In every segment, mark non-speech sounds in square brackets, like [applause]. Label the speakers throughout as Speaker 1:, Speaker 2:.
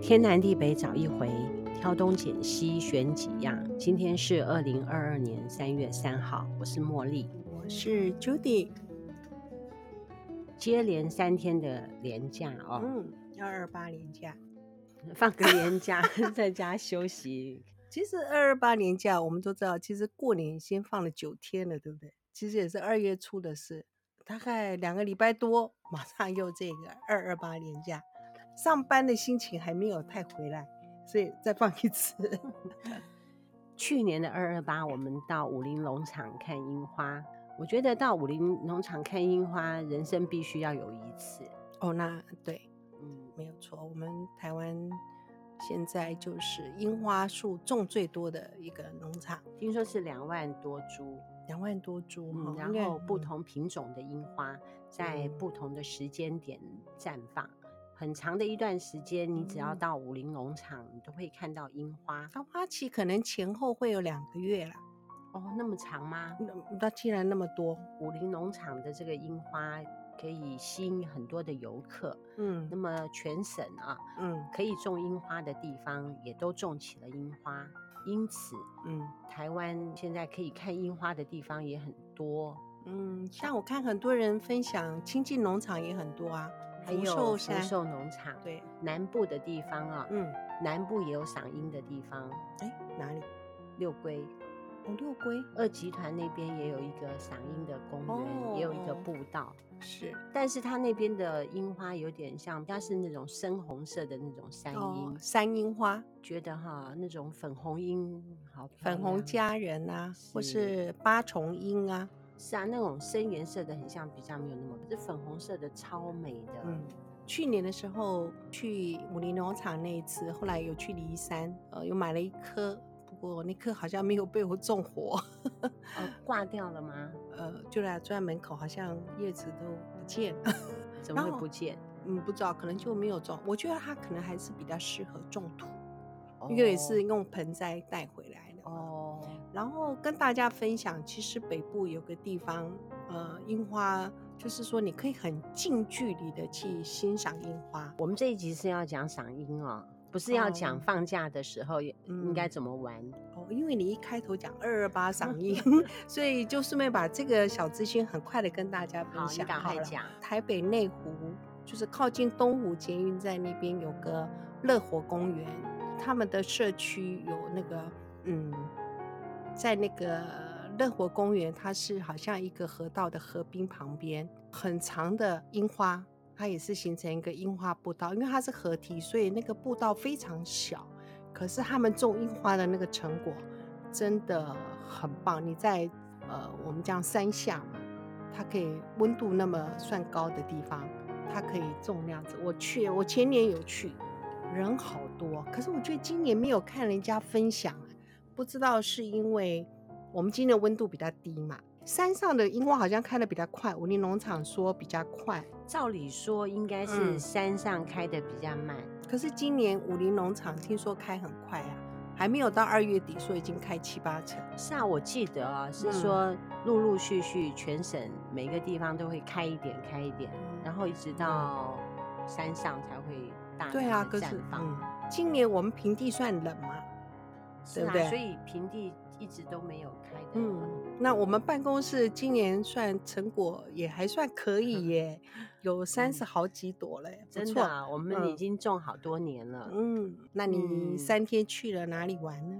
Speaker 1: 天南地北找一回，挑东拣西选几样。今天是二零二二年三月三号，我是茉莉。
Speaker 2: 我是 Judy，
Speaker 1: 接连三天的连假哦，
Speaker 2: 嗯，幺二八年假。
Speaker 1: 放个连假 [laughs] 在家休息，
Speaker 2: 其实二二八年假我们都知道，其实过年先放了九天了，对不对？其实也是二月初的事，大概两个礼拜多，马上又这个二二八年假，上班的心情还没有太回来，所以再放一次。 [laughs]
Speaker 1: 去年的二二八，我们到武林农场看樱花。我觉得到武林农场看樱花，人生必须要有一次。
Speaker 2: 哦，那对，
Speaker 1: 嗯，
Speaker 2: 没有错，我们台湾现在就是樱花树种最多的一个农场，
Speaker 1: 听说是两万多株，
Speaker 2: 两万多株哈、
Speaker 1: 嗯，然
Speaker 2: 应该
Speaker 1: 后不
Speaker 2: 嗯
Speaker 1: 同品种的樱花在
Speaker 2: 嗯
Speaker 1: 不同的时间点绽放，很长的一段时间，你只要
Speaker 2: 嗯
Speaker 1: 到武林农场，你都会看到樱花。
Speaker 2: 繁花期可能前后会有两个月啦。
Speaker 1: 哦，那么长吗？
Speaker 2: 那那既然那么多，
Speaker 1: 武林农场的这个樱花可以吸引很多的游客。
Speaker 2: 嗯
Speaker 1: 那么全省啊，
Speaker 2: 嗯
Speaker 1: 可以种樱花的地方也都种起了樱花，因此
Speaker 2: 嗯
Speaker 1: 台湾现在可以看樱花的地方也很多，
Speaker 2: 嗯，像我看很多人分享，亲近农场也很多啊，
Speaker 1: 还
Speaker 2: 福
Speaker 1: 有
Speaker 2: 寿
Speaker 1: 福
Speaker 2: 山
Speaker 1: 寿农场，
Speaker 2: 对，
Speaker 1: 南部的地方啊，
Speaker 2: 嗯，
Speaker 1: 南部也有赏樱的地方，
Speaker 2: 哎哪里？
Speaker 1: 六龟
Speaker 2: 哦，六龟
Speaker 1: 二集团那边也有一个赏樱的公园，也有一个
Speaker 2: 哦
Speaker 1: 步道，
Speaker 2: 是
Speaker 1: 但是它那边的樱花有点像，它是那种深红色的那种山樱，
Speaker 2: 哦，山樱花、
Speaker 1: 觉得哈那种粉红樱好漂
Speaker 2: 粉红
Speaker 1: 亮
Speaker 2: 佳人啊，或
Speaker 1: 是
Speaker 2: 是八重樱啊，
Speaker 1: 是啊，那种深颜色的很像比较没有那么，可是粉红色的超美的。
Speaker 2: 嗯，去年的时候去武林农场那一次，后来有去骊山，呃，又买了一棵，不过那棵好像没有被我种活，
Speaker 1: 哦，挂掉了吗？
Speaker 2: [laughs] 呃，就来住在门口，好像叶子都不见了，
Speaker 1: 怎么
Speaker 2: 然
Speaker 1: 会
Speaker 2: 后
Speaker 1: 不见？
Speaker 2: 嗯，不知道，可能就没有种。我觉得它可能还是比较适合种土，因为也是用盆栽带回来的。
Speaker 1: 哦，
Speaker 2: 然后跟大家分享，其实北部有个地方，呃，樱花，就是说你可以很近距离的去欣赏樱花。
Speaker 1: 我们这一集是要讲赏樱哦，不是要讲
Speaker 2: 哦
Speaker 1: 放假的时候也应该
Speaker 2: 嗯
Speaker 1: 怎么玩。
Speaker 2: 哦，因为你一开头讲二二八赏
Speaker 1: [laughs]
Speaker 2: 樱，所以就顺便把这个小资讯很快的跟大家
Speaker 1: 好，
Speaker 2: 分
Speaker 1: 你
Speaker 2: 享
Speaker 1: 赶
Speaker 2: 好
Speaker 1: 快
Speaker 2: 了。
Speaker 1: 讲。
Speaker 2: 台北内湖，就是靠近东湖捷运站那边有个乐活公园，他们的社区有那个嗯，在那个乐活公园，它是好像一个河道的河滨旁边，很长的樱花，它也是形成一个樱花步道，因为它是河堤，所以那个步道非常小，可是他们种樱花的那个成果真的很棒。你在呃，我们讲山下嘛，它可以温度那么算高的地方，它可以种那样子。我去，我前年有去，人好多，可是我觉得今年没有看人家分享，不知道是因为我们今年温度比较低嘛。山上的樱花好像开的比较快，武林农场说比较快，
Speaker 1: 照理说应该是
Speaker 2: 嗯
Speaker 1: 山上开的比较慢，
Speaker 2: 可是今年武林农场听说开很快啊，还没有到二月底，说已经开七八成。
Speaker 1: 是啊，我记得啊，是
Speaker 2: 嗯
Speaker 1: 说陆陆续续全省每个地方都会开一点开一点，然后一直到山上才会大
Speaker 2: 嗯对啊，
Speaker 1: 量
Speaker 2: 可
Speaker 1: 的绽
Speaker 2: 是
Speaker 1: 放。
Speaker 2: 嗯，今年我们平地算冷嘛，
Speaker 1: 是
Speaker 2: 对不
Speaker 1: 啊
Speaker 2: 对
Speaker 1: 所以平地一直都没有开的。
Speaker 2: 嗯，那我们办公室今年算成果也还算
Speaker 1: [laughs]
Speaker 2: 可以耶，有三十好几朵了耶，不
Speaker 1: 嗯真的、
Speaker 2: 错。
Speaker 1: 啊，我们已
Speaker 2: 嗯
Speaker 1: 经种好多年了。
Speaker 2: 嗯，那
Speaker 1: 嗯
Speaker 2: 你三天去了哪里玩呢？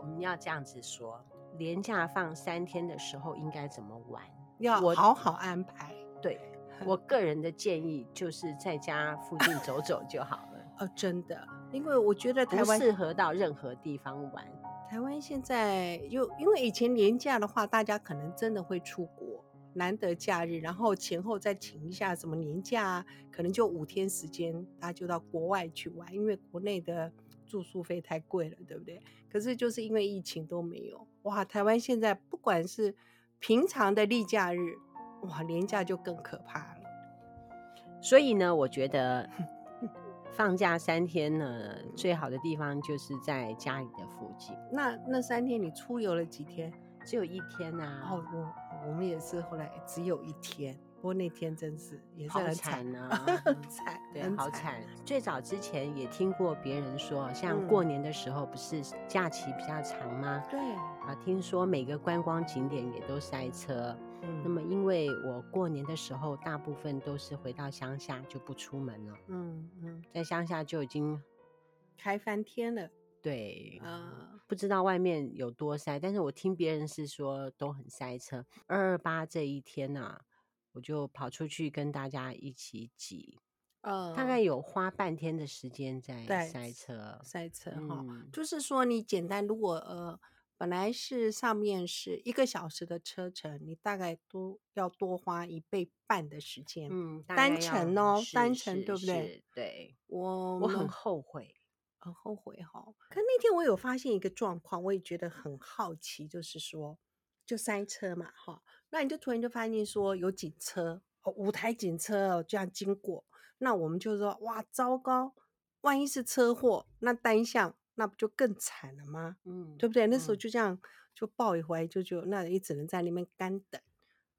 Speaker 1: 我们要这样子说，连假放三天的时候应该怎么
Speaker 2: [laughs]
Speaker 1: 玩？
Speaker 2: 要
Speaker 1: 我
Speaker 2: 好好安排
Speaker 1: 对我个人的建议就是在家附近走走就好了，
Speaker 2: 哦，真的，因为我觉得 [laughs] 台
Speaker 1: 不
Speaker 2: 湾
Speaker 1: 适合到任何地方玩。
Speaker 2: 台湾现在又因为以前年假的话，大家可能真的会出国，难得假日，然后前后再请一下什么年假啊，可能就五天时间，大家就到国外去玩，因为国内的住宿费太贵了，对不对？可是就是因为疫情都没有，哇，台湾现在不管是平常的例假日，哇，年假就更可怕了。
Speaker 1: 所以呢，我觉
Speaker 2: [laughs]
Speaker 1: 得放假三天呢，最好的地方就是在家里的附近，
Speaker 2: 那那三天你出游了几天？
Speaker 1: 只有一天啊。
Speaker 2: 哦，我我们也是后来只有一天，过那天真是也是
Speaker 1: 好
Speaker 2: 很
Speaker 1: 惨
Speaker 2: 惨 [laughs]
Speaker 1: 啊
Speaker 2: 很惨，
Speaker 1: 对，
Speaker 2: 很
Speaker 1: 好惨。最早之前也听过别人说，像
Speaker 2: 嗯
Speaker 1: 过年的时候不是假期比较长吗？
Speaker 2: 对，
Speaker 1: 啊，听说每个观光景点也都塞车。
Speaker 2: 嗯
Speaker 1: 那么，因为我过年的时候大部分都是回到乡下，就不出门了，
Speaker 2: 嗯嗯，
Speaker 1: 在乡下就已经
Speaker 2: 开翻天了
Speaker 1: 对
Speaker 2: 啊、
Speaker 1: 不知道外面有多塞，但是我听别人是说都很塞车。二二八这一天呐、我就跑出去跟大家一起挤，
Speaker 2: 呃，
Speaker 1: 大概有花半天的时间在
Speaker 2: 对
Speaker 1: 塞车。
Speaker 2: 塞车哈、
Speaker 1: 嗯，
Speaker 2: 就是说你简单，如果呃本来是上面是一个小时的车程，你大概都要多花一倍半的时间。
Speaker 1: 嗯，大
Speaker 2: 单
Speaker 1: 概要
Speaker 2: 程哦
Speaker 1: 是
Speaker 2: 单程
Speaker 1: 是
Speaker 2: 对不对
Speaker 1: 是对，
Speaker 2: 我
Speaker 1: 我很
Speaker 2: 们
Speaker 1: 后悔。
Speaker 2: 很后悔哈、可那天我有发现一个状况，我也觉得很好奇，就是说，就塞车嘛哈、那你就突然就发现说有警车，哦，五台警车哦这样经过，那我们就说哇糟糕，万一是车祸，那单向那不就更惨了吗？
Speaker 1: 嗯，
Speaker 2: 对不对？那时候
Speaker 1: 嗯
Speaker 2: 就这样就抱一怀，就就那也只能在那边干等。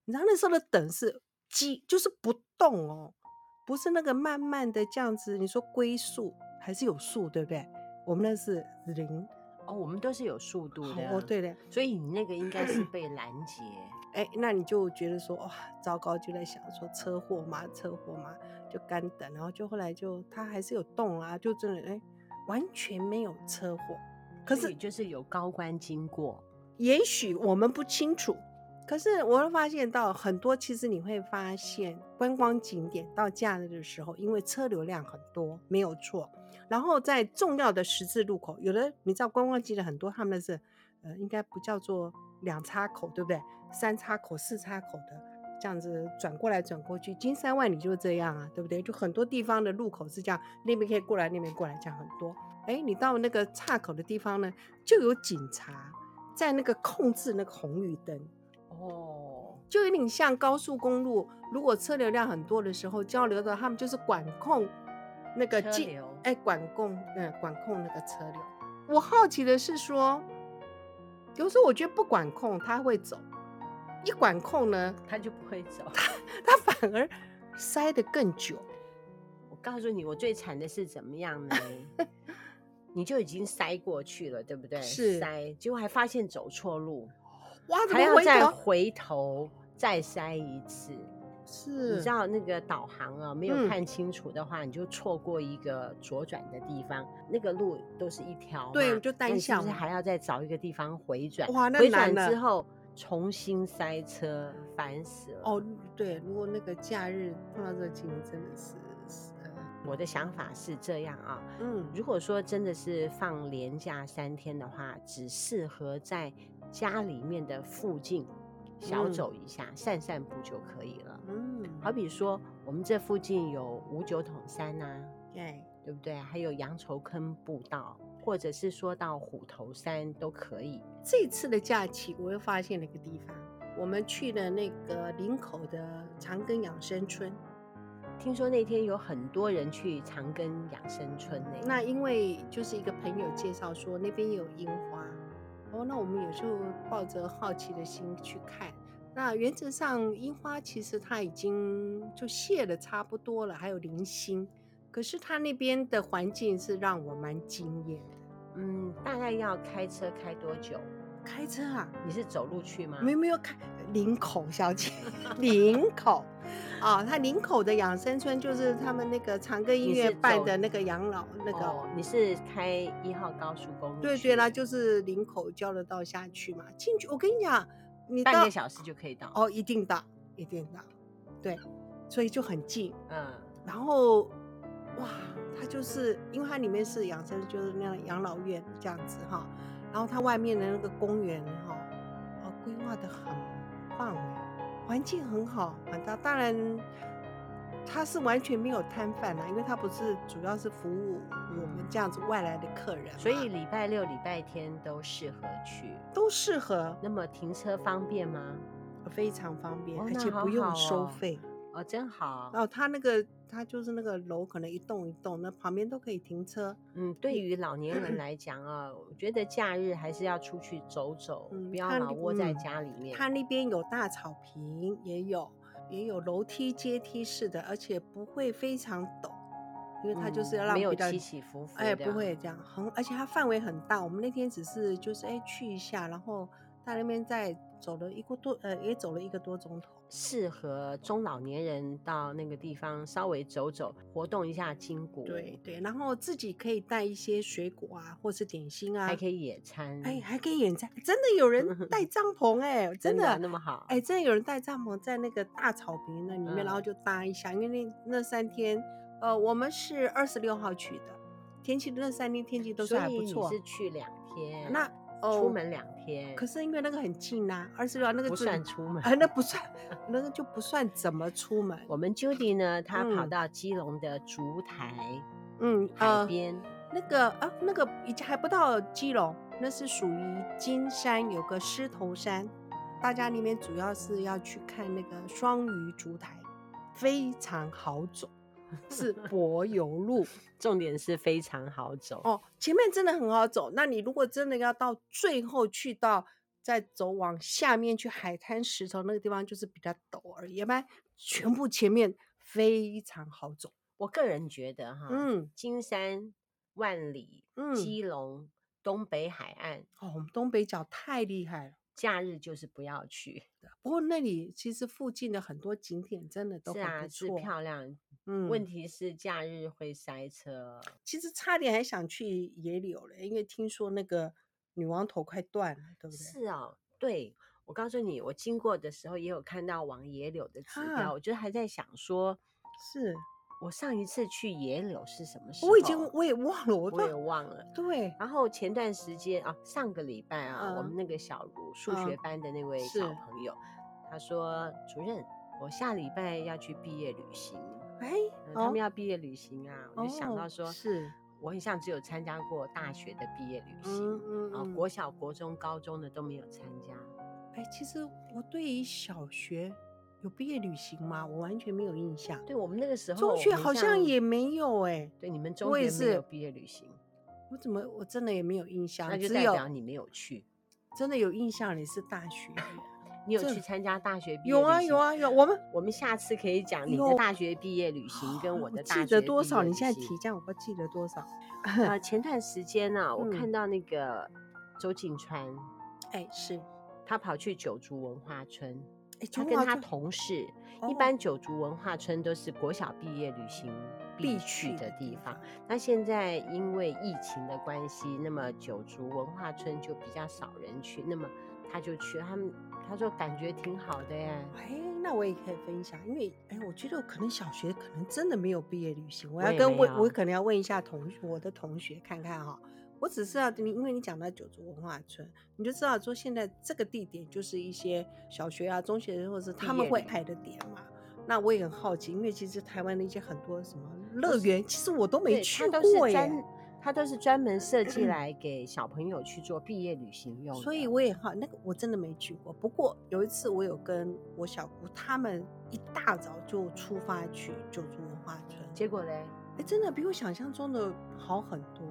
Speaker 2: 你知道那时候的等是机，就是不动哦，不是那个慢慢的这样子。你说龟速还是有速，对不对？我们那是零，
Speaker 1: 哦，我们都是有速度的、
Speaker 2: 哦，对，的。
Speaker 1: 所以你那个应该
Speaker 2: [clears throat]
Speaker 1: 是被拦截。
Speaker 2: 哎，那你就觉得说哇，糟糕，就在想说车祸嘛，车祸嘛，就干等，然后就后来就他还是有动啊，就真的哎，完全没有车祸。可
Speaker 1: 所
Speaker 2: 是
Speaker 1: 以就是有高官经过，
Speaker 2: 也许我们不清楚，可是我会发现到很多，其实你会发现观光景点到假日的时候，因为车流量很多，没有错。然后在重要的十字路口，有的你知道观光景点很多，他们是呃应该不叫做两岔口，对不对？三岔口、四岔口的这样子转过来转过去，金山万里就是这样啊，对不对？就很多地方的路口是这样，那边可以过来，那边过来，这样很多。哎，你到那个岔口的地方呢，就有警察在那个控制那个红绿灯，
Speaker 1: 哦，
Speaker 2: 就有点像高速公路，如果车流量很多的时候，交流的他们就是管控那个
Speaker 1: 车
Speaker 2: 进
Speaker 1: 流
Speaker 2: 哎，管控呃管控那个车流。我好奇的是说，有时候我觉得不管控他会走，一管控呢，
Speaker 1: 他就不会走。
Speaker 2: 他反而塞得更久。
Speaker 1: 我告诉你，我最惨的是怎么样呢？你就已经塞过去了，对不对？
Speaker 2: 是
Speaker 1: 塞，结果还发现走错路，
Speaker 2: 哇，怎
Speaker 1: 还
Speaker 2: 么
Speaker 1: 要
Speaker 2: 回
Speaker 1: 再
Speaker 2: 头？
Speaker 1: 回头再塞一次。
Speaker 2: 是，
Speaker 1: 你知道那个导航啊，没有
Speaker 2: 嗯
Speaker 1: 看清楚的话，你就错过一个左转的地方，那个路都是一条嘛，
Speaker 2: 对我就
Speaker 1: 那
Speaker 2: 单
Speaker 1: 你是不
Speaker 2: 向
Speaker 1: 是
Speaker 2: 嘛
Speaker 1: 还要再找一个地方回转？
Speaker 2: 哇那
Speaker 1: 回
Speaker 2: 难
Speaker 1: 转之
Speaker 2: 了
Speaker 1: 后重新塞车，烦死了。
Speaker 2: 哦，对，如果那个假日碰到这个情形，真的是，是呃
Speaker 1: 我的想法是这样啊，
Speaker 2: 嗯，
Speaker 1: 如果说真的是放连假三天的话，只适合在家里面的附近小
Speaker 2: 嗯
Speaker 1: 走一下、散散步就可以了。
Speaker 2: 嗯，
Speaker 1: 好比说，我们这附近有五九桶山啊呐、
Speaker 2: 哎，
Speaker 1: 对不对？还有羊稠坑步道，或者是说到虎头山都可以。
Speaker 2: 这次的假期，我又发现了一个地方，我们去了那个林口的长庚养生村。
Speaker 1: 听说那天有很多人去长庚养生村呢、
Speaker 2: 那因为就是一个朋友介绍说那边有樱花，哦，那我们也就抱着好奇的心去看。那原则上樱花其实它已经就谢的差不多了，还有零星。可是它那边的环境是让我蛮惊艳的。
Speaker 1: 嗯，大概要开车开多久？
Speaker 2: 开车啊，
Speaker 1: 你是走路去吗？
Speaker 2: 没有没有看呃林口小姐， [laughs] 林口啊，他林口的养生村就是他们那个长庚医
Speaker 1: 你是
Speaker 2: 院办
Speaker 1: 走
Speaker 2: 的那个养老那个，
Speaker 1: 哦，你是开一号高速公路去？
Speaker 2: 对对啦，就是林口交流道下去嘛，进去我跟你讲，你
Speaker 1: 半
Speaker 2: 到
Speaker 1: 个小时就可以到。
Speaker 2: 哦，一定到，一定到，对，所以就很近，
Speaker 1: 嗯，
Speaker 2: 然后哇，它就是因为它里面是养生，就是那样养老院这样子哈，然后它外面的那个公园哈，哦，规划的很棒哎，环境很好，很大，当然。它是完全没有摊贩啦，因为它不是主要是服务我们这样子外来的客人嘛，
Speaker 1: 所以礼拜六、礼拜天都适合去。
Speaker 2: 都适合，
Speaker 1: 那么停车方便吗？
Speaker 2: 非常方便，
Speaker 1: 哦
Speaker 2: 而
Speaker 1: 那
Speaker 2: 且
Speaker 1: 好
Speaker 2: 不用
Speaker 1: 好
Speaker 2: 收
Speaker 1: 哦
Speaker 2: 费。
Speaker 1: 哦，真好。
Speaker 2: 哦，它那个它就是那个楼，可能一栋一栋，那旁边都可以停车。
Speaker 1: 嗯，对于老年
Speaker 2: [clears throat]
Speaker 1: 人来讲啊，我觉得假日还是要出去走走，
Speaker 2: 嗯
Speaker 1: 不要
Speaker 2: 看
Speaker 1: 老窝在
Speaker 2: 嗯
Speaker 1: 家里面。
Speaker 2: 它那边有大草坪，也有也有楼梯阶梯式的，而且不会非常陡，因为它就是
Speaker 1: 嗯
Speaker 2: 要让
Speaker 1: 没有
Speaker 2: 比较
Speaker 1: 起起伏伏，
Speaker 2: 哎，不，会这样，很而且它范围很大。我们那天只是就是哎去一下，然后在那边再走了一个多呃，也走了一个多钟头。
Speaker 1: 适合中老年人到那个地方稍微走走，活动一下筋骨，
Speaker 2: 对，对，然后自己可以带一些水果啊，或是点心啊，
Speaker 1: 还可以野餐，
Speaker 2: 哎，还可以演唱，真的有
Speaker 1: [laughs]
Speaker 2: 人带帐篷哎、
Speaker 1: 真
Speaker 2: 真
Speaker 1: 的啊
Speaker 2: 的
Speaker 1: 那么好，
Speaker 2: 哎、真的有人带帐篷在那个大草坪那里面，然
Speaker 1: 嗯
Speaker 2: 后就搭一下，因为那那三天，呃，我们是二十六号去的，天气那三天天气都是
Speaker 1: 所
Speaker 2: 还
Speaker 1: 以
Speaker 2: 不
Speaker 1: 你
Speaker 2: 错
Speaker 1: 是。去两天，
Speaker 2: 那哦，
Speaker 1: 出门两天，
Speaker 2: 可是因为那个很近呐、二十六那个
Speaker 1: 不
Speaker 2: 就
Speaker 1: 算出门
Speaker 2: 哎、那不算，那个就不算怎么出门。
Speaker 1: 我们 Judy 呢，她跑
Speaker 2: 嗯
Speaker 1: 到基隆的竹台
Speaker 2: 嗯，
Speaker 1: 海
Speaker 2: 呃，
Speaker 1: 边，
Speaker 2: 那个啊，那个已经还不到基隆，那是属于金山有个狮头山，大家那边主要是要去看那个双鱼烛台，非常好走，是柏油路
Speaker 1: 重点是非常好走。
Speaker 2: 哦，前面真的很好走。那你如果真的要到最后去到再走往下面去海滩石头那个地方，就是比较陡而已，要不然全部前面非常好走。
Speaker 1: 我个人觉得哈，
Speaker 2: 嗯
Speaker 1: 金山、万里、
Speaker 2: 嗯，
Speaker 1: 基隆、东北海岸，
Speaker 2: 哦，我们东北角太厉害了。
Speaker 1: 假日就是不要去。
Speaker 2: 不过那里其实附近的很多景点真的都
Speaker 1: 是
Speaker 2: 很
Speaker 1: 啊，
Speaker 2: 不
Speaker 1: 是
Speaker 2: 错。
Speaker 1: 漂亮。
Speaker 2: 嗯，
Speaker 1: 问题是假日会塞车，
Speaker 2: 其实差点还想去野柳了，因为听说那个女王头快断了，对不对？
Speaker 1: 是哦，对。我告诉你，我经过的时候也有看到往野柳的指标，
Speaker 2: 啊
Speaker 1: 我就还在想说，
Speaker 2: 是，
Speaker 1: 我上一次去野柳是什么时候？
Speaker 2: 我已经我也忘了，我
Speaker 1: 我
Speaker 2: 都
Speaker 1: 也忘了。
Speaker 2: 对，
Speaker 1: 然后前段时间啊，上个礼拜啊，我们
Speaker 2: 嗯
Speaker 1: 那个小茹数学
Speaker 2: 嗯
Speaker 1: 班的那位
Speaker 2: 是
Speaker 1: 小朋友，他说：“主任，我下礼拜要去毕业旅行，
Speaker 2: 哎，
Speaker 1: 呃他们
Speaker 2: 哦
Speaker 1: 要毕业旅行啊。”我就想到
Speaker 2: 哦
Speaker 1: 说，
Speaker 2: 是，
Speaker 1: 我很像只有参加过大学的毕业旅行
Speaker 2: 嗯，嗯
Speaker 1: 啊，
Speaker 2: 嗯
Speaker 1: 国小、国中、高中的都没有参加。
Speaker 2: 哎，其实我对于小学有毕业旅行吗？我完全没有印象。
Speaker 1: 对我们那个时候，
Speaker 2: 中
Speaker 1: 我
Speaker 2: 学
Speaker 1: 们
Speaker 2: 好像也没有哎、
Speaker 1: 对你们中
Speaker 2: 我
Speaker 1: 学
Speaker 2: 也
Speaker 1: 没有
Speaker 2: 是
Speaker 1: 毕业旅行，
Speaker 2: 我怎么我真的也没有印象？
Speaker 1: 那就
Speaker 2: 只
Speaker 1: 代
Speaker 2: 有
Speaker 1: 表你没有去。
Speaker 2: 真的有印象，你是大学的
Speaker 1: 你有
Speaker 2: 这
Speaker 1: 去参加大学毕业
Speaker 2: 有啊
Speaker 1: 旅行
Speaker 2: 有啊有，我们
Speaker 1: 我们下次可以讲你的
Speaker 2: 有
Speaker 1: 大学毕业旅行跟我的大学
Speaker 2: 啊哦记得
Speaker 1: 毕
Speaker 2: 多
Speaker 1: 业
Speaker 2: 少？你
Speaker 1: 旅
Speaker 2: 现在
Speaker 1: 行
Speaker 2: 提这样，我不记得多少。 [laughs]
Speaker 1: 呃，前段时间呢、我看
Speaker 2: 嗯
Speaker 1: 到那个周静川，
Speaker 2: 哎，是，
Speaker 1: 他跑去九族文化村，
Speaker 2: 哎，
Speaker 1: 他
Speaker 2: 中
Speaker 1: 跟
Speaker 2: 华
Speaker 1: 他
Speaker 2: 就
Speaker 1: 同事，
Speaker 2: 哦
Speaker 1: 一般九族文化村都是国小毕业旅行必
Speaker 2: 必
Speaker 1: 去
Speaker 2: 去
Speaker 1: 的
Speaker 2: 的
Speaker 1: 地
Speaker 2: 地
Speaker 1: 方
Speaker 2: 方。
Speaker 1: 那现在因为疫情的关系，那么九族文化村就比较少人去，那么他就去，他们他说感觉挺好的耶。
Speaker 2: 哎，那我也可以分享，因为哎，我觉得我可能小学可能真的没有毕业旅行，我
Speaker 1: 我
Speaker 2: 要
Speaker 1: 也
Speaker 2: 跟
Speaker 1: 没
Speaker 2: 问，我
Speaker 1: 有
Speaker 2: 可能要问一下同学我的同学看看哈、我只知道你，因为你讲到九族文化村，你就知道说现在这个地点就是一些小学啊、中学或者是
Speaker 1: 毕
Speaker 2: 他们
Speaker 1: 业
Speaker 2: 会
Speaker 1: 旅
Speaker 2: 排的点嘛。那我也很好奇，因为其实台湾的一些很多什么乐园，其实我都没
Speaker 1: 对
Speaker 2: 去
Speaker 1: 他都
Speaker 2: 过
Speaker 1: 是
Speaker 2: 耶。
Speaker 1: 专，他都是专门设计来给小朋友去做毕业旅行用的。
Speaker 2: 所以我也好，那个我真的没去过。不过有一次我有跟我小姑他们一大早就出发去九族文化村，
Speaker 1: 结果嘞，
Speaker 2: 哎，真的比我想象中的好很多，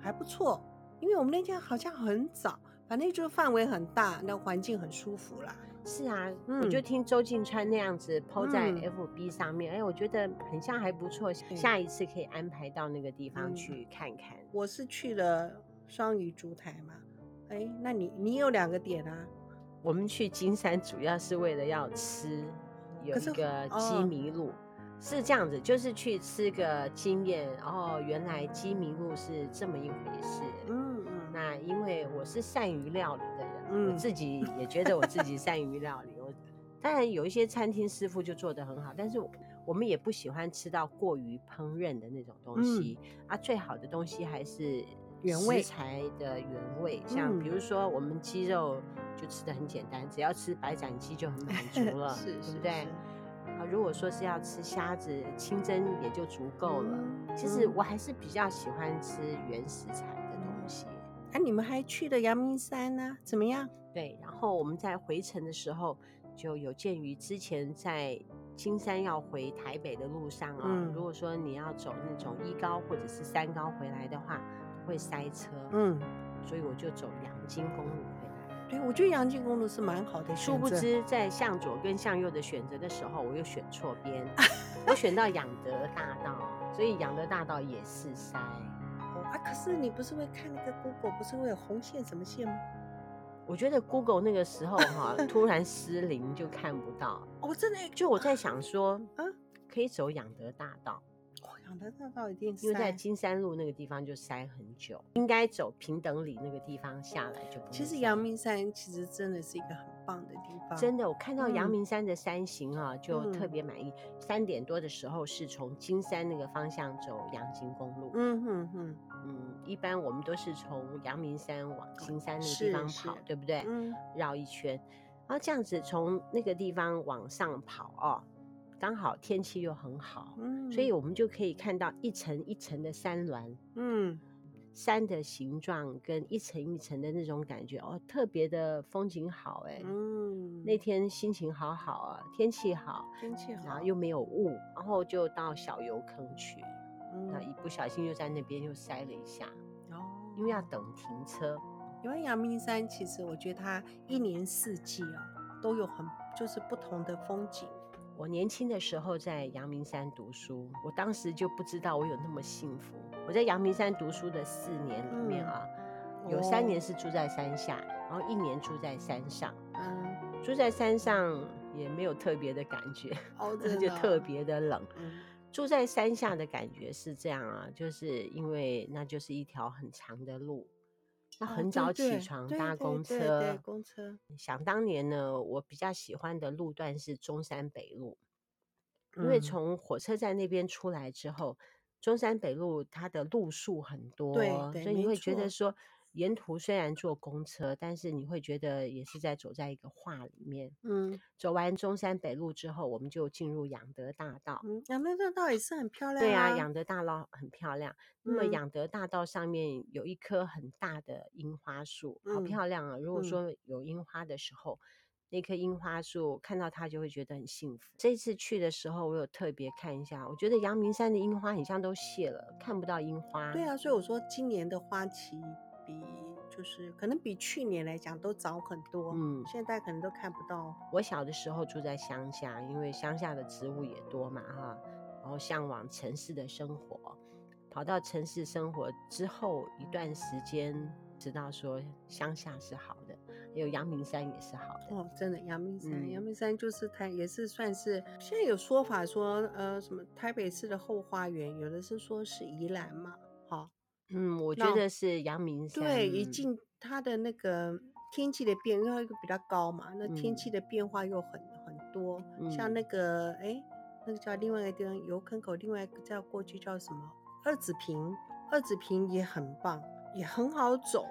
Speaker 2: 还不错。因为我们那天好像很早，反正就是范围很大，那环境很舒服啦。
Speaker 1: 是啊，我就
Speaker 2: 嗯
Speaker 1: 听周静川那样子 PO 在
Speaker 2: 嗯
Speaker 1: FB 上面，哎，我觉得很像还不错，下一次可以安排到那个地方
Speaker 2: 嗯
Speaker 1: 去看看。
Speaker 2: 我是去了双鱼烛台嘛，哎，那你你有两个点啊，
Speaker 1: 我们去金山主要是为了要吃，有
Speaker 2: 可
Speaker 1: 一
Speaker 2: 是
Speaker 1: 个鸡
Speaker 2: 哦
Speaker 1: 麋鹿。是这样子，就是去吃个经验，哦，原来鸡麋鹿是这么一回事。
Speaker 2: 嗯嗯，
Speaker 1: 那因为我是善于料理的人，我
Speaker 2: 嗯
Speaker 1: 自己也觉得我自己善于料理。我当然有一些餐厅师傅就做得很好，但是我我们也不喜欢吃到过于烹饪的那种东
Speaker 2: 嗯
Speaker 1: 西、啊。最好的东西还是
Speaker 2: 原
Speaker 1: 食
Speaker 2: 味
Speaker 1: 材的原味，像比
Speaker 2: 嗯
Speaker 1: 如说我们鸡肉就吃的很简单，只要吃白斩鸡就很满
Speaker 2: [laughs]
Speaker 1: 足了，
Speaker 2: 是
Speaker 1: 对
Speaker 2: 是
Speaker 1: 不对？
Speaker 2: 是
Speaker 1: 啊，如果说是要吃虾子，清蒸也就足够了。
Speaker 2: 嗯
Speaker 1: 其实
Speaker 2: 嗯
Speaker 1: 我还是比较喜欢吃原食材的东西。
Speaker 2: 啊，你们还去了阳明山呢、怎么样？
Speaker 1: 对，然后我们在回程的时候，就有鉴于之前在金山要回台北的路上啊、
Speaker 2: 嗯
Speaker 1: 如果说你要走那种一高或者是三高回来的话，会塞车，
Speaker 2: 嗯，
Speaker 1: 所以我就走阳金公路回来。
Speaker 2: 对，我觉得阳靖公路是蛮好的
Speaker 1: 殊
Speaker 2: 选择。
Speaker 1: 不知在向左跟向右的选择的时候，我又选错
Speaker 2: [laughs]
Speaker 1: 边，我选到养德大道，所以养德大道也是塞。
Speaker 2: 哦啊，可是你不是会看那个 Google，不是会有红线什么线吗？
Speaker 1: 我觉得 Google 那个时候哈、突然失灵就看不到。
Speaker 2: 哦，真的耶，
Speaker 1: 就我在想说，
Speaker 2: 啊
Speaker 1: 可以走养德大道，
Speaker 2: 我哦养的那道一定
Speaker 1: 因为在
Speaker 2: 塞。
Speaker 1: 金山路那个地方就塞很久，应该走平等里那个地方下来就不会
Speaker 2: 其实
Speaker 1: 塞
Speaker 2: 阳明山其实真的是一个很棒的地方，
Speaker 1: 真的，我看到阳
Speaker 2: 嗯
Speaker 1: 明山的山形啊，就特
Speaker 2: 嗯
Speaker 1: 别满意。三点多的时候是从金山那个方向走阳金公路，
Speaker 2: 嗯哼哼，
Speaker 1: 嗯，一般我们都是从阳明山往金山那个
Speaker 2: 是
Speaker 1: 地方
Speaker 2: 是
Speaker 1: 跑，对不对？
Speaker 2: 嗯，
Speaker 1: 绕一圈，然后这样子从那个地方往上跑哦，刚好天气又很好，
Speaker 2: 嗯
Speaker 1: 所以我们就可以看到一层一层的山峦，
Speaker 2: 嗯，
Speaker 1: 山的形状跟一层一层的那种感觉哦，特别的风景好哎、
Speaker 2: 嗯，
Speaker 1: 那天心情好好啊，天气好，
Speaker 2: 天气
Speaker 1: 然
Speaker 2: 好
Speaker 1: 后又没有雾，然后就到小油坑去，那
Speaker 2: 嗯，
Speaker 1: 一不小心又在那边又塞了一下，
Speaker 2: 哦
Speaker 1: 因为要等停车。
Speaker 2: 因为阳明山其实我觉得它一年四季哦都有很就是不同的风景，
Speaker 1: 我年轻的时候在阳明山读书，我当时就不知道我有那么幸福。我在阳明山读书的四年里面
Speaker 2: 嗯
Speaker 1: 啊，有三年
Speaker 2: 哦
Speaker 1: 是住在山下，然后一年住在山上。
Speaker 2: 嗯，
Speaker 1: 住在山上也没有特别的感觉， [laughs]
Speaker 2: 哦，真
Speaker 1: 就
Speaker 2: 的
Speaker 1: 特
Speaker 2: 哦，
Speaker 1: 别的冷。
Speaker 2: 嗯
Speaker 1: 住在山下的感觉是这样啊，就是因为那就是一条很长的路，那
Speaker 2: 哦
Speaker 1: 很
Speaker 2: 对
Speaker 1: 早起
Speaker 2: 对
Speaker 1: 床
Speaker 2: 对
Speaker 1: 搭
Speaker 2: 对
Speaker 1: 公
Speaker 2: 对
Speaker 1: 车。
Speaker 2: 对公车。
Speaker 1: 想当年呢，我比较喜欢的路段是中山北路，因为
Speaker 2: 嗯
Speaker 1: 从火车站那边出来之后，中山北路它的路数很多，
Speaker 2: 对
Speaker 1: 所以你
Speaker 2: 没
Speaker 1: 会觉得
Speaker 2: 错
Speaker 1: 说，沿途虽然坐公车，但是你会觉得也是在走在一个画里面。
Speaker 2: 嗯
Speaker 1: 走完中山北路之后，我们就进入养德大道。
Speaker 2: 嗯，养乐大道也是很漂亮、
Speaker 1: 对啊，养德大道很漂亮。那么
Speaker 2: 嗯
Speaker 1: 养德大道上面有一棵很大的樱花树，好
Speaker 2: 嗯
Speaker 1: 漂亮啊！如果
Speaker 2: 嗯
Speaker 1: 说有樱花的时候，那棵樱花树看到它就会觉得很幸福。这次去的时候，我有特别看一下，我觉得阳明山的樱花很像都谢了，看不到樱花。
Speaker 2: 对啊，所以我说今年的花期比就是可能比去年来讲都早很多，
Speaker 1: 嗯
Speaker 2: 现在可能都看不到。
Speaker 1: 我小的时候住在乡下，因为乡下的植物也多嘛哈，然后向往城市的生活。跑到城市生活之后一段时间，知道说乡下是好的，还有阳明山也是好的。
Speaker 2: 哦，真的，阳明山，阳
Speaker 1: 嗯
Speaker 2: 明山就是台也是算是现在有说法说，呃，什么台北市的后花园，有的是说是宜兰嘛，好、
Speaker 1: 嗯，我觉
Speaker 2: 那
Speaker 1: 得是阳明山。
Speaker 2: 对，一进它的那个天气的变，因为它比较高嘛，那天
Speaker 1: 嗯
Speaker 2: 气的变化又很很多，像那个哎，那个叫另外一个地方油坑口，另外一个叫过去叫什么二子坪，二子坪也很棒，也很好走。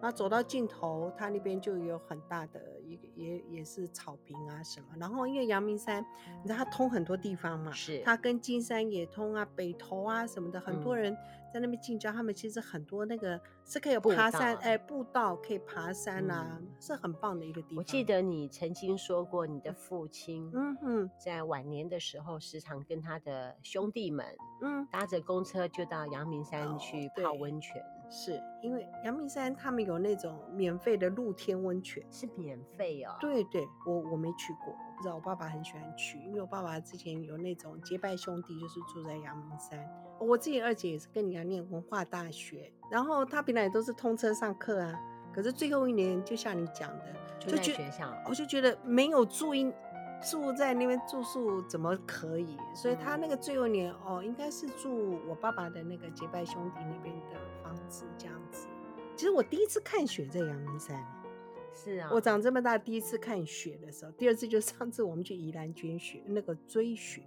Speaker 2: 然后走到尽头，它那边就有很大的一个也也是草坪啊什么。然后因为阳明山，你知道它通很多地方嘛，
Speaker 1: 是
Speaker 2: 啊它跟金山也通啊、北投啊什么的，很多
Speaker 1: 嗯
Speaker 2: 人在那边近郊，他们其实很多那个是可以有
Speaker 1: 步
Speaker 2: 爬山，
Speaker 1: 道啊
Speaker 2: 哎，步道可以爬山啊，
Speaker 1: 嗯
Speaker 2: 是很棒的一个地方。
Speaker 1: 我记，得你曾经说过，你的父亲
Speaker 2: 嗯哼，
Speaker 1: 在晚年的时候，时常跟他的兄弟们
Speaker 2: 嗯，
Speaker 1: 搭着公车就到阳明山
Speaker 2: 哦
Speaker 1: 去
Speaker 2: 对
Speaker 1: 泡温泉，
Speaker 2: 是因为阳明山他们有那种免费的露天温泉。
Speaker 1: 是免费哦。
Speaker 2: 对对，我我没去过，我不知道。我爸爸很喜欢去，因为我爸爸之前有那种结拜兄弟，就是住在阳明山。我自己二姐也是跟你一样念文化大学，然后她本来也都是通车上课啊，可是最后一年就像你讲的，
Speaker 1: 住
Speaker 2: 就
Speaker 1: 在
Speaker 2: 觉
Speaker 1: 学校
Speaker 2: 我就觉得没有住一住在那边住宿怎么可以？所以他那
Speaker 1: 嗯
Speaker 2: 个最后一年哦，应该是住我爸爸的那个结拜兄弟那边的房子这样子。其实我第一次看雪在阳明山。欸
Speaker 1: 是啊，
Speaker 2: 我长这么大第一次看雪的时候，第二次就是 [laughs] 上次我们去宜兰捐雪，那个追雪，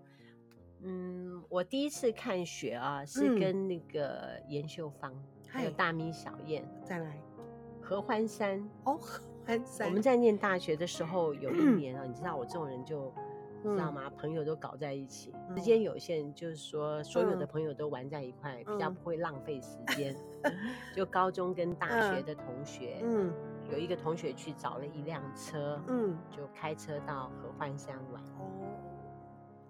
Speaker 1: 嗯，我第一次看雪啊，是
Speaker 2: 嗯
Speaker 1: 跟那个严秀芳，还有
Speaker 2: 嗨
Speaker 1: 大米小燕，
Speaker 2: 在哪里？
Speaker 1: 合欢山。
Speaker 2: 哦，安山。
Speaker 1: 我们在念大学的时候，有一年啊，你知道我这种人就。知道
Speaker 2: 嗯
Speaker 1: 吗？朋友都搞在一起，时
Speaker 2: 嗯
Speaker 1: 间有限，就是说所有的
Speaker 2: 嗯
Speaker 1: 朋友都玩在一块，比较
Speaker 2: 嗯
Speaker 1: 不会浪费时间。就高中跟大学
Speaker 2: 嗯
Speaker 1: 的同学，
Speaker 2: 嗯
Speaker 1: 有一个同学去找了一辆车，
Speaker 2: 嗯
Speaker 1: 就开车到合欢山玩，
Speaker 2: 哦，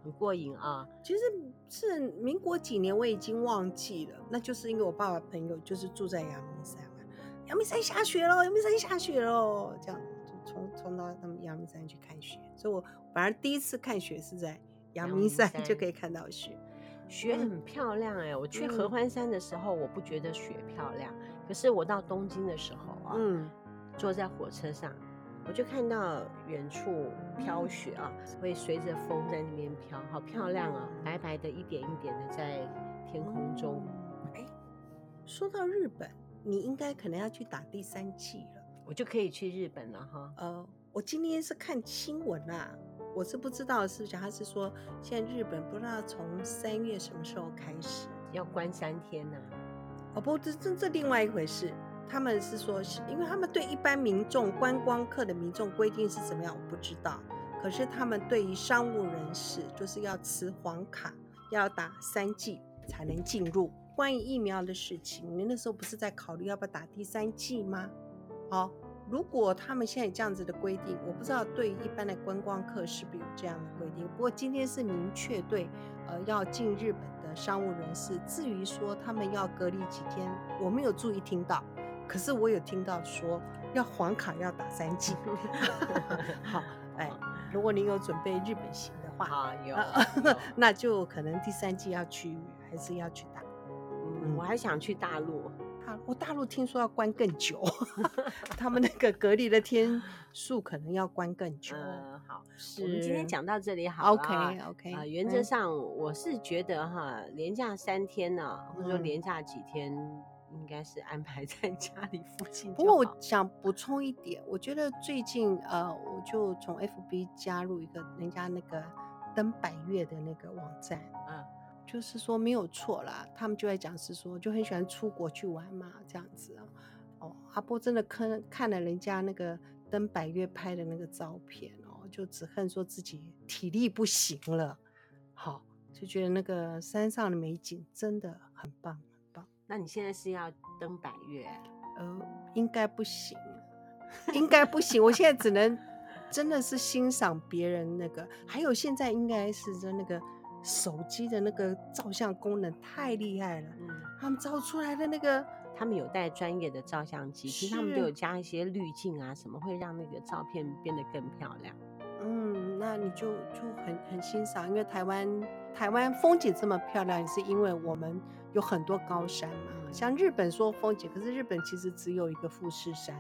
Speaker 1: 很过瘾啊。
Speaker 2: 其实是民国几年我已经忘记了，那就是因为我爸爸朋友就是住在阳明山嘛，阳明山下雪喽，阳明山下雪喽，这样就冲冲到他们阳明山去看雪。所以我反而第一次看雪是在阳
Speaker 1: 阳
Speaker 2: 明
Speaker 1: 明
Speaker 2: 山 [laughs]
Speaker 1: 山
Speaker 2: 就可以看到雪。
Speaker 1: 雪很漂亮哎、我去合
Speaker 2: 嗯
Speaker 1: 欢山的时候，我不觉得雪漂亮，可是我到东京的时候啊，
Speaker 2: 嗯，
Speaker 1: 坐在火车上，我就看到远处飘雪啊，会随着风在那边飘，好漂亮啊，白白的一点一点的在天空中。
Speaker 2: 嗯。哎，说到日本，你应该可能要去打第三季了。
Speaker 1: 我就可以去日本了哈。
Speaker 2: 呃，我今天是看新闻啊，我是不知道是不是他是说现在日本不知道从三月什么时候开始，
Speaker 1: 要关三天 [laughs] 呐、
Speaker 2: 哦不，这这这另外一回事。他们是说是，因为他们对一般民众、观光客的民众规定是怎么样，我不知道。可是他们对于商务人士，就是要持黄卡，要打三剂才能进入。关于疫苗的事情，你那时候不是在考虑要不要打第三剂吗？好，如果他们现在有这样子的规定，我不知道对于一般的观光客是不是有这样的规定。不过今天是明确对呃要进日本的商务人士，至于说他们要隔离几天，我没有注意听到，可是我有听到说要黄卡要打三剂。 [laughs] 好，哎，如果您有准备日本行的 [laughs] 话，
Speaker 1: 啊， [laughs] 有。
Speaker 2: 呃
Speaker 1: 有
Speaker 2: 那就可能第三季要去，还是要去打。
Speaker 1: 嗯，我还想去大陆。
Speaker 2: 大我大陆听说要关更 [laughs] 久，他们那个隔离的天数可能要关更久。
Speaker 1: 嗯，好，
Speaker 2: 是，嗯
Speaker 1: 我们今天讲到这里好了啊。
Speaker 2: OK OK
Speaker 1: 啊、原则上我是觉得哈，连假三天呢、或者说
Speaker 2: 嗯
Speaker 1: 连假几天，应该是安排 [laughs] 在家里附近就好。
Speaker 2: 不过我想补充一点，我觉得最近呃，我就从 FB 加入一个人家那个登百越的那个网站，
Speaker 1: 嗯，
Speaker 2: 就是说没有错啦，他们就在讲是说就很喜欢出国去玩嘛，这样子啊。哦，阿波真的看看了人家那个登百越拍的那个照片哦，就只恨说自己体力不行了，好就觉得那个山上的美景真的很棒。
Speaker 1: 那你现在是要登百越？
Speaker 2: 呃，应该不行，应该不行。我现在只能真的是欣赏别人那个，还有现在应该是真那个手机的那个照相功能太厉害了，
Speaker 1: 嗯，
Speaker 2: 他们照出来的那个，
Speaker 1: 他们有带专业的照相机，其实他们都
Speaker 2: 是
Speaker 1: 有加一些滤镜啊，什么会让那个照片变得更漂亮。
Speaker 2: 嗯，那你就就很很欣赏，因为台湾台湾风景这么漂亮，也是因为我们有很多高山嘛。像日本说风景，可是日本其实只有一个富士山，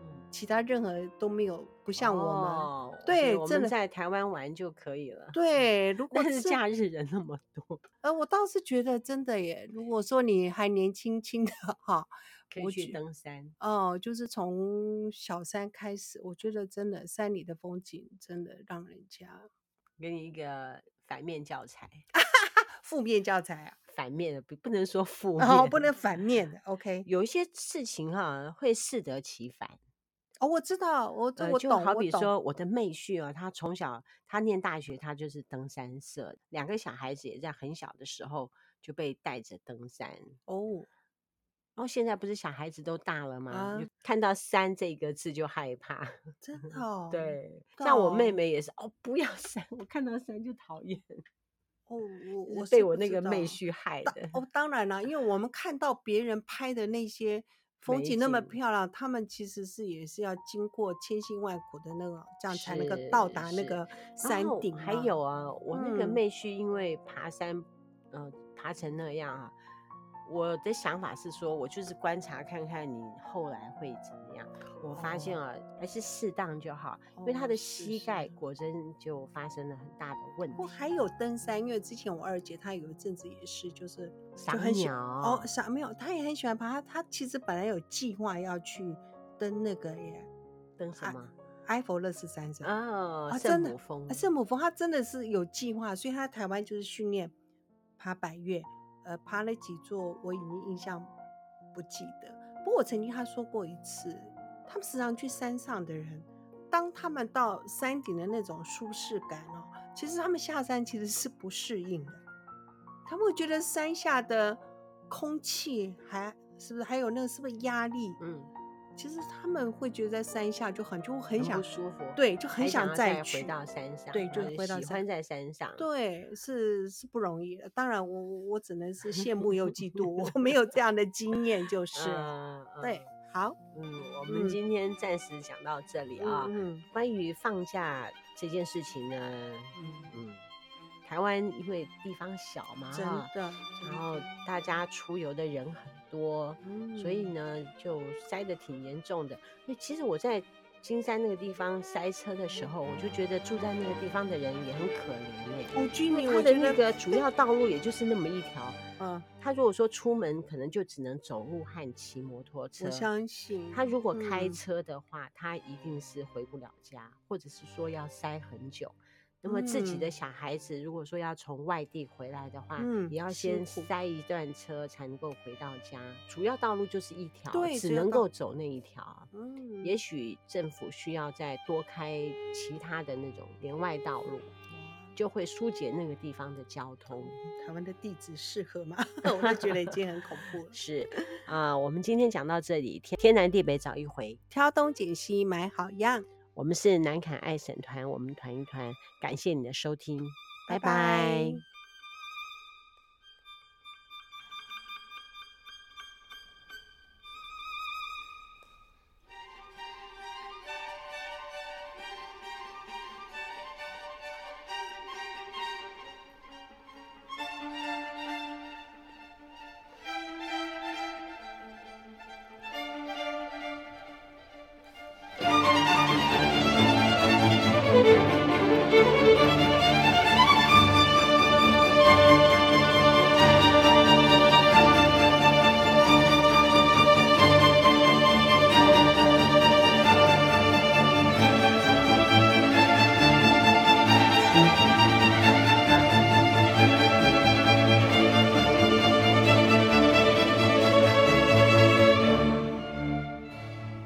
Speaker 1: 嗯，
Speaker 2: 其他任何都没有，不像我们。
Speaker 1: 哦所以
Speaker 2: 对
Speaker 1: 我
Speaker 2: 真
Speaker 1: 们
Speaker 2: 的
Speaker 1: 在台湾玩就可以了。 [laughs]
Speaker 2: 对，如果
Speaker 1: 但是
Speaker 2: 这
Speaker 1: 假日人那么多，
Speaker 2: 呃，我倒是觉得真的耶。如果说你还年轻轻的哈，
Speaker 1: 可以
Speaker 2: 我
Speaker 1: 去
Speaker 2: 觉
Speaker 1: 登山。
Speaker 2: 哦、就是从小山开始，我觉得真的山里的风景真的让人家
Speaker 1: 给你一个反面教材，
Speaker 2: 负面教材啊，
Speaker 1: 反面的不不能说负面，嗯
Speaker 2: 然 [laughs] 哦后不能反面的。OK，
Speaker 1: 有一些事情哈、会适得其反。
Speaker 2: 哦，我知道，我这
Speaker 1: 呃
Speaker 2: 我
Speaker 1: 就
Speaker 2: 懂，
Speaker 1: 好
Speaker 2: 我
Speaker 1: 比
Speaker 2: 懂
Speaker 1: 说我的妹婿啊，他从小他念大学，他就是登山社，两个小孩子也在很小的时候就被带着登山。
Speaker 2: 哦，
Speaker 1: 然后现在不是小孩子都大了吗？
Speaker 2: 啊
Speaker 1: 就看到“山”这个字就害怕。
Speaker 2: 真的、哦，，
Speaker 1: 对，像我妹
Speaker 2: 哦
Speaker 1: 妹也是，哦，不要山，我看到山就讨厌，
Speaker 2: 哦，我
Speaker 1: 就是
Speaker 2: 我
Speaker 1: 被
Speaker 2: 是
Speaker 1: 我
Speaker 2: 不
Speaker 1: 那
Speaker 2: 知
Speaker 1: 个妹
Speaker 2: 道啊
Speaker 1: 婿害
Speaker 2: 当
Speaker 1: 的。
Speaker 2: 哦，当然啦，因为我们看到别人拍的那些风
Speaker 1: 美
Speaker 2: 景那么
Speaker 1: 景
Speaker 2: 漂亮，他们其实是也是要经过千辛万苦的那个，这样才能够
Speaker 1: 是
Speaker 2: 到达那
Speaker 1: 是
Speaker 2: 个
Speaker 1: 然
Speaker 2: 山
Speaker 1: 后
Speaker 2: 顶嘛。
Speaker 1: 还有啊，我那个
Speaker 2: 嗯
Speaker 1: 妹婿因为爬山，呃，爬成那样啊，我的想法是说，我就是观察看看你后来会怎么样。我发现啊，还是适当就好，因为他
Speaker 2: 哦
Speaker 1: 的
Speaker 2: 是
Speaker 1: 膝盖
Speaker 2: 是
Speaker 1: 果真就发生了很大的问题
Speaker 2: 不过。还有登山，因为之前我二姐她有一阵子也是，就是就
Speaker 1: 赏
Speaker 2: 很喜
Speaker 1: 鸟
Speaker 2: 哦，赏没有，她也很喜欢爬。她她其实本来有计划要去登那个耶
Speaker 1: 登什
Speaker 2: 啊
Speaker 1: 么？
Speaker 2: 埃佛勒斯山上
Speaker 1: 哦，
Speaker 2: 啊
Speaker 1: 圣
Speaker 2: 真的
Speaker 1: 母峰
Speaker 2: 啊，。圣母峰他真的是有计划，所以他台湾就是训练爬百越，呃，爬了几座我已经印象不记得。不过我曾经他说过一次，他们时常去山上的人，当他们到山顶的那种舒适感哦，其实他们下山其实是不适应的，他们会觉得山下的空气还是不是还有那个是不是压力？
Speaker 1: 嗯，
Speaker 2: 其实他们会觉得在山下就很就很
Speaker 1: 很
Speaker 2: 想
Speaker 1: 不舒服，
Speaker 2: 对，就
Speaker 1: 还
Speaker 2: 很想
Speaker 1: 要再
Speaker 2: 再
Speaker 1: 回
Speaker 2: 去
Speaker 1: 到山上，
Speaker 2: 对
Speaker 1: 然
Speaker 2: 就
Speaker 1: 后
Speaker 2: 回到
Speaker 1: 喜
Speaker 2: 山
Speaker 1: 欢在山上。
Speaker 2: 对，是是不容易的。当然
Speaker 1: [laughs]
Speaker 2: 我，我我只能是羡慕又嫉妒，我没有这样的经验就是了。
Speaker 1: 嗯，嗯
Speaker 2: 对，好，
Speaker 1: 嗯，我们
Speaker 2: 嗯
Speaker 1: 今天暂时讲到这里啊。
Speaker 2: 嗯
Speaker 1: 关于放假这件事情呢，
Speaker 2: 嗯，
Speaker 1: 嗯，台湾因为地方小嘛，
Speaker 2: 真
Speaker 1: 哈，
Speaker 2: 的，
Speaker 1: 啊然后大家出游的人很多，
Speaker 2: 嗯
Speaker 1: 所以呢就塞得挺严重的。因为其实我在金山那个地方塞车的时候，我就觉得住在那个地方的人也很可怜耶、
Speaker 2: 哦，居
Speaker 1: 因为
Speaker 2: 民，
Speaker 1: 它
Speaker 2: 我
Speaker 1: 的
Speaker 2: 觉
Speaker 1: 那
Speaker 2: 得，
Speaker 1: 个主要道路也就是那么一条，
Speaker 2: 嗯，
Speaker 1: 他如果说出门，可能就只能走路和骑摩托车。
Speaker 2: 我相信
Speaker 1: 他如果开
Speaker 2: 嗯
Speaker 1: 车的话，他一定是回不了家，或者是说要塞很久。那么自己的
Speaker 2: 嗯
Speaker 1: 小孩子如果说要从外地回来的话，
Speaker 2: 嗯
Speaker 1: 也要
Speaker 2: 辛
Speaker 1: 先
Speaker 2: 苦
Speaker 1: 塞一段车才能够回到家。主要道路就是一条，
Speaker 2: 对
Speaker 1: 只
Speaker 2: 主要
Speaker 1: 能
Speaker 2: 道
Speaker 1: 够走那一条。
Speaker 2: 嗯，
Speaker 1: 也许政府需要再多开其他的那种连外道路，就会疏解那个地方的交通。
Speaker 2: 嗯台湾的地址适合吗？ [laughs] 我就觉得已经很恐怖
Speaker 1: [laughs]
Speaker 2: 了。
Speaker 1: 是啊、我们今天讲到这里，天天南地北找一回。
Speaker 2: 挑东拣西买好样，
Speaker 1: 我们是南坎爱省团，我们团一团，感谢你的收听，拜拜
Speaker 2: 拜拜